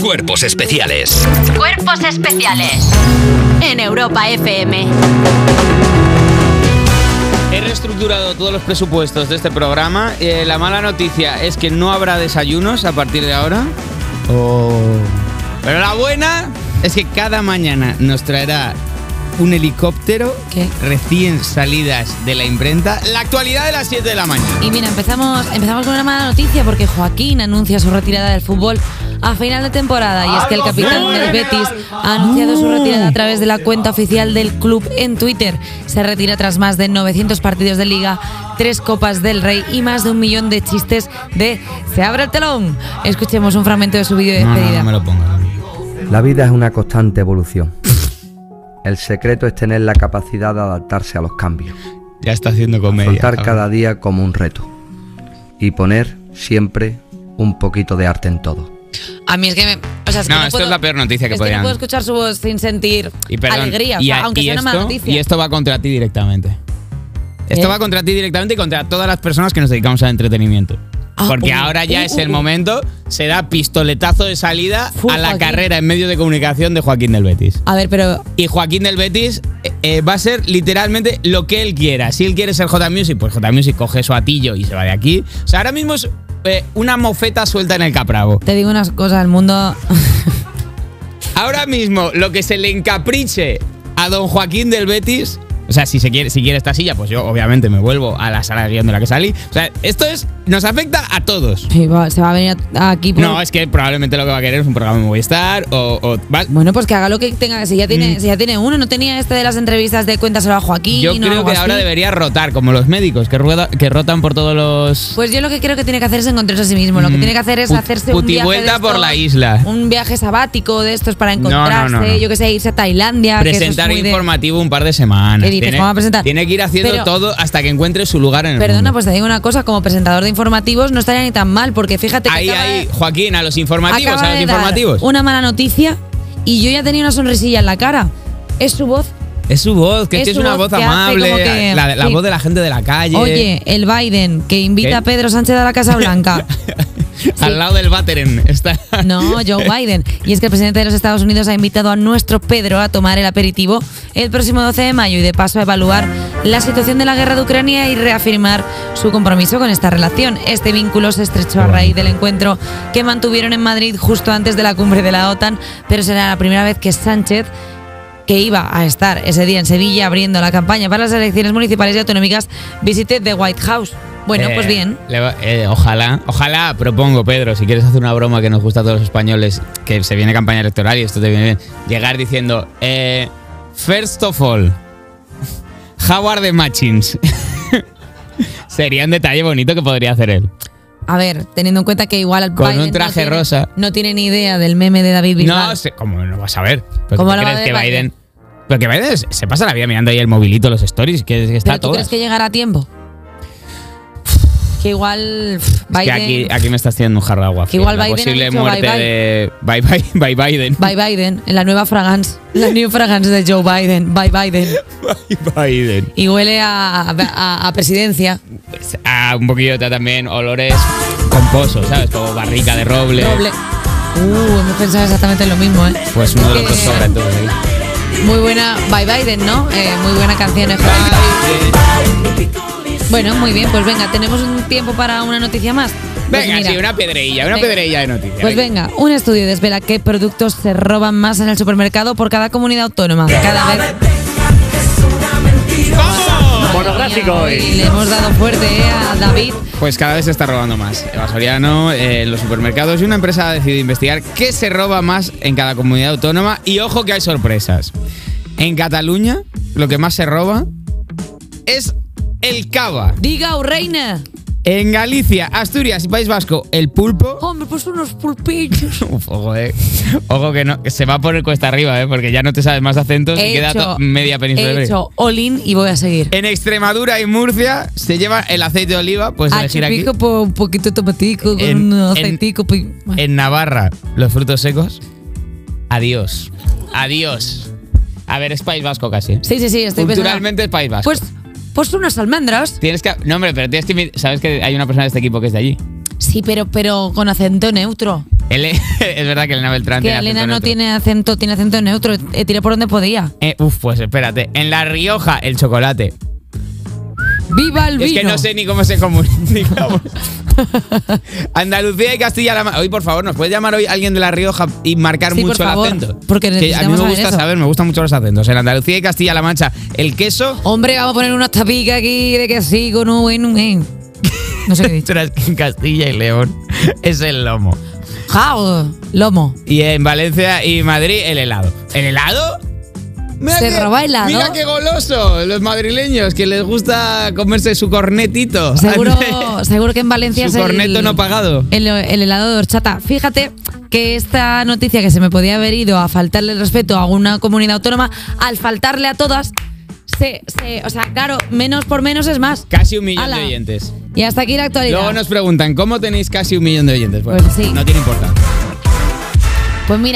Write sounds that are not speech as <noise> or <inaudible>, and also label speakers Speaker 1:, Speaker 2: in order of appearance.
Speaker 1: Cuerpos especiales.
Speaker 2: Cuerpos especiales. En Europa FM.
Speaker 3: He reestructurado todos los presupuestos de este programa. Eh, la mala noticia es que no habrá desayunos a partir de ahora. Oh. Pero la buena es que cada mañana nos traerá un helicóptero
Speaker 4: ¿Qué?
Speaker 3: recién salidas de la imprenta. La actualidad de las 7 de la mañana.
Speaker 4: Y mira, empezamos, empezamos con una mala noticia porque Joaquín anuncia su retirada del fútbol a final de temporada y es que el capitán del Betis ha anunciado su retirada a través de la cuenta oficial del club en Twitter. Se retira tras más de 900 partidos de liga, tres copas del Rey y más de un millón de chistes de Se abre el telón. Escuchemos un fragmento de su vídeo de despedida.
Speaker 3: lo pongas.
Speaker 5: La vida es una constante evolución. El secreto es tener la capacidad de adaptarse a los cambios,
Speaker 3: Ya está haciendo comedia.
Speaker 5: afrontar cada día como un reto y poner siempre un poquito de arte en todo.
Speaker 4: A mí es que me. O sea, es que
Speaker 3: No,
Speaker 4: no
Speaker 3: esto
Speaker 4: puedo-
Speaker 3: es la peor noticia que
Speaker 4: es
Speaker 3: podían.
Speaker 4: no puedo escuchar su voz sin sentir
Speaker 3: Y perdón,
Speaker 4: alegría, o
Speaker 3: y
Speaker 4: sea,
Speaker 3: a-
Speaker 4: aunque
Speaker 3: y
Speaker 4: sea una mala
Speaker 3: esto-
Speaker 4: noticia.
Speaker 3: Y esto va contra ti directamente. Esto
Speaker 4: ¿Eh?
Speaker 3: va contra ti directamente y contra todas las personas que nos dedicamos al entretenimiento.
Speaker 4: Ah,
Speaker 3: Porque
Speaker 4: uh,
Speaker 3: ahora ya
Speaker 4: uh,
Speaker 3: es
Speaker 4: uh,
Speaker 3: el
Speaker 4: uh.
Speaker 3: momento, se da pistoletazo de salida
Speaker 4: Fu,
Speaker 3: a la
Speaker 4: Joaquín.
Speaker 3: carrera en medio de comunicación de Joaquín del Betis.
Speaker 4: A ver, pero
Speaker 3: Y Joaquín del Betis eh, eh, va a ser literalmente lo que él quiera. Si él quiere ser J Music, pues J Music coge su atillo y se va de aquí. O sea, ahora mismo es eh, una mofeta suelta en el capravo.
Speaker 4: te digo unas cosas, el mundo. <laughs>
Speaker 3: Ahora mismo, lo que se le encapriche a don Joaquín del Betis. O sea, si se quiere, si quiere esta silla, pues yo obviamente me vuelvo a la sala de guión de la que salí. O sea, esto es. nos afecta a todos.
Speaker 4: Sí, va- se va a venir a- aquí. por-
Speaker 3: No, es que probablemente lo que va a querer es un programa de Movistar o. o- va-
Speaker 4: Bueno, pues que haga lo que tenga. Si
Speaker 3: Mm.
Speaker 4: ya tiene, si ya tiene uno, no tenía este de las entrevistas de cuéntaselo a Joaquín.
Speaker 3: yo
Speaker 4: o
Speaker 3: creo
Speaker 4: algo
Speaker 3: que
Speaker 4: así.
Speaker 3: ahora debería rotar, como los médicos, que, rueda- que rotan por todos los.
Speaker 4: Pues yo lo que creo que tiene que hacer es encontrarse a sí mismo. Lo que
Speaker 3: Mm,
Speaker 4: tiene que hacer es
Speaker 3: put-
Speaker 4: hacerse un viaje
Speaker 3: putivuelta
Speaker 4: de estos,
Speaker 3: por la isla.
Speaker 4: Un viaje sabático de estos para
Speaker 3: No, no, no,
Speaker 4: encontrarse.
Speaker 3: no.
Speaker 4: Yo que sé, irse a Tailandia. ah, que eso es
Speaker 3: presentar
Speaker 4: muy de-
Speaker 3: informativo un par de semanas.
Speaker 4: ¿Qué dices?
Speaker 3: tiene,
Speaker 4: ¿Cómo va a presentar?
Speaker 3: tiene que ir haciendo
Speaker 4: Pero-
Speaker 3: todo hasta que encuentre su lugar en el
Speaker 4: Perdona,
Speaker 3: mundo.
Speaker 4: pues te digo una cosa, como presentador de informativos no estaría ni tan mal, porque fíjate que
Speaker 3: Ahí,
Speaker 4: acaba de-
Speaker 3: ahí, Joaquín, a los informativos,
Speaker 4: acaba
Speaker 3: a los
Speaker 4: de dar
Speaker 3: informativos.
Speaker 4: una mala noticia y yo ya tenía una sonrisilla en la cara. Es su voz.
Speaker 3: Es su voz, que
Speaker 4: Es
Speaker 3: es,
Speaker 4: su
Speaker 3: una
Speaker 4: voz
Speaker 3: voz,
Speaker 4: que hace
Speaker 3: amable,
Speaker 4: como que-
Speaker 3: la, la
Speaker 4: sí.
Speaker 3: voz de la gente de la calle.
Speaker 4: Oye, el Biden que invita
Speaker 3: ¿Qué?
Speaker 4: a Pedro Sánchez a la Casa Blanca.
Speaker 3: <laughs> Al lado del Bateren está. <laughs>
Speaker 4: No, Joe Biden. Y es que el presidente de los Estados Unidos ha invitado a nuestro Pedro a tomar el aperitivo el próximo 12 de mayo y de paso a evaluar la situación de la guerra de Ucrania y reafirmar su compromiso con esta relación. Este vínculo se estrechó a raíz del encuentro que mantuvieron en Madrid justo antes de la cumbre de la OTAN, pero será la primera vez que Sánchez que iba a estar ese día en Sevilla abriendo la campaña para las elecciones municipales y autonómicas, visite The White House. Bueno,
Speaker 3: Eh,
Speaker 4: pues bien.
Speaker 3: le va- eh, ojalá, ojalá, propongo, Pedro, si quieres hacer una broma que nos gusta a todos los españoles, que se viene campaña electoral y esto te viene bien, llegar diciendo, eh, first of all, how are the machines? <laughs> Sería un detalle bonito que podría hacer él.
Speaker 4: A ver, teniendo en cuenta que igual
Speaker 3: Con
Speaker 4: Biden
Speaker 3: un traje
Speaker 4: no tiene,
Speaker 3: rosa.
Speaker 4: No tiene ni idea del meme de David Bisbal.
Speaker 3: No, sé, ¿cómo no vas a ver? ¿Pero
Speaker 4: ¿Cómo
Speaker 3: tú
Speaker 4: lo va
Speaker 3: crees
Speaker 4: a
Speaker 3: que
Speaker 4: ver Biden?
Speaker 3: Biden? Porque Biden es- se pasa la vida mirando ahí el movilito, los stories, que es- que está
Speaker 4: ¿Pero tú
Speaker 3: todo.
Speaker 4: crees que llegará a tiempo? Que igual pff, Biden...
Speaker 3: que aquí, aquí me estás tirando un jarro de agua.
Speaker 4: Que
Speaker 3: fría.
Speaker 4: igual
Speaker 3: la
Speaker 4: Biden ha
Speaker 3: posible
Speaker 4: dicho
Speaker 3: muerte
Speaker 4: bye bye.
Speaker 3: de. Bye bye, bye Biden.
Speaker 4: Bye Biden, en la nueva fragrance, la new fragrance de Joe Biden, bye Biden.
Speaker 3: Bye Biden.
Speaker 4: Y huele a, a- a presidencia,
Speaker 3: Pues, ah, un poquillo ta- también olores pomposos, ¿sabes? Como barrica de roble.
Speaker 4: doble. Uh, hemos pensado exactamente en lo mismo, ¿eh?
Speaker 3: Pues uno de los dos
Speaker 4: Eh,
Speaker 3: sobra entonces. ¿eh?
Speaker 4: Muy buena, bye Biden, ¿no? Eh, muy buena canción. ¿eh? Bueno, muy bien, pues venga, tenemos un tiempo para una noticia más. Pues
Speaker 3: Venga,
Speaker 4: mira.
Speaker 3: sí, una piedreilla, una
Speaker 4: Venga.
Speaker 3: piedreilla de noticias.
Speaker 4: Pues venga, un estudio desvela qué productos se roban más en el supermercado por cada comunidad autónoma. Cada vez.
Speaker 3: ¡Vamos!
Speaker 6: Monográfico hoy.
Speaker 4: Y le hemos dado fuerte eh, a David.
Speaker 3: Pues cada vez se está robando más. Eva Soriano, eh, en los supermercados y una empresa ha decidido investigar qué se roba más en cada comunidad autónoma y ojo que hay sorpresas. En Cataluña, lo que más se roba es el cava.
Speaker 4: Diga, Reina.
Speaker 3: En Galicia, Asturias y País Vasco, el pulpo. <laughs>
Speaker 4: Hombre, pues unos pulpillos.
Speaker 3: Uf, ojo, eh. Ojo que no, que se va a poner cuesta arriba, eh, porque ya no te sabes más acentos y
Speaker 4: He
Speaker 3: queda
Speaker 4: hecho-
Speaker 3: to- media península. Eh,
Speaker 4: He
Speaker 3: ibérica.
Speaker 4: hecho all-in y voy a seguir.
Speaker 3: En Extremadura y Murcia se lleva el aceite de oliva, pues
Speaker 4: A
Speaker 3: elegir aquí.
Speaker 4: chupico por Ah, un poquito de tomatico, con
Speaker 3: En-
Speaker 4: un
Speaker 3: en-
Speaker 4: aceitico. pi- bueno.
Speaker 3: en Navarra los frutos secos. Adiós. Adiós. A ver, es País Vasco casi. ¿eh?
Speaker 4: sí, sí, sí, estoy pensando-
Speaker 3: Culturalmente es País Vasco.
Speaker 4: Pues, pues unas almendras.
Speaker 3: Tienes que. No, hombre, pero tienes que. invi- Sabes que hay una persona de este equipo que es de allí.
Speaker 4: Sí, pero, pero con acento neutro.
Speaker 3: Ele- es <laughs> verdad que Elena Beltrán
Speaker 4: Que
Speaker 3: tiene acento
Speaker 4: Elena no
Speaker 3: neutro.
Speaker 4: tiene acento, tiene acento neutro. Eh, tiré por donde podía.
Speaker 3: Eh, uf, pues espérate. En La Rioja, el chocolate.
Speaker 4: ¡Viva el vino!
Speaker 3: Es que no sé <laughs> ni cómo se comunica. Andalucía y Castilla-La Mancha. Hoy, por favor, ¿nos puede llamar hoy alguien de La Rioja y marcar
Speaker 4: Sí, por
Speaker 3: mucho el
Speaker 4: favor,
Speaker 3: acento?
Speaker 4: porque
Speaker 3: Que a mí
Speaker 4: necesitamos
Speaker 3: me
Speaker 4: saber
Speaker 3: gusta
Speaker 4: eso.
Speaker 3: saber, me gustan mucho los acentos. En Andalucía y Castilla-La Mancha, el queso.
Speaker 4: Hombre, vamos a poner unas tapicas aquí de que sigo, no, bueno, eh. No sé qué
Speaker 3: <laughs>
Speaker 4: he dicho.
Speaker 3: Tras que en Castilla y León es el lomo.
Speaker 4: Jao, Ah, lomo.
Speaker 3: Y en Valencia y Madrid, el helado. ¿El helado?
Speaker 4: Se roba helado.
Speaker 3: Mira qué goloso. Los madrileños que les gusta comerse su cornetito.
Speaker 4: Seguro,
Speaker 3: Antes-
Speaker 4: <laughs> seguro que en Valencia
Speaker 3: Su
Speaker 4: es el-
Speaker 3: corneto no pagado.
Speaker 4: El, el helado de horchata. Fíjate que esta noticia que se me podía haber ido a faltarle el respeto a una comunidad autónoma, al faltarle a todas, se, se- o sea, claro, menos por menos es más.
Speaker 3: <laughs> Casi un millón
Speaker 4: Ala.
Speaker 3: de oyentes.
Speaker 4: Y hasta aquí la actualidad.
Speaker 3: Luego nos preguntan, ¿cómo tenéis casi un millón de oyentes? Bueno,
Speaker 4: Pues sí.
Speaker 3: no tiene importancia.
Speaker 4: Pues mira.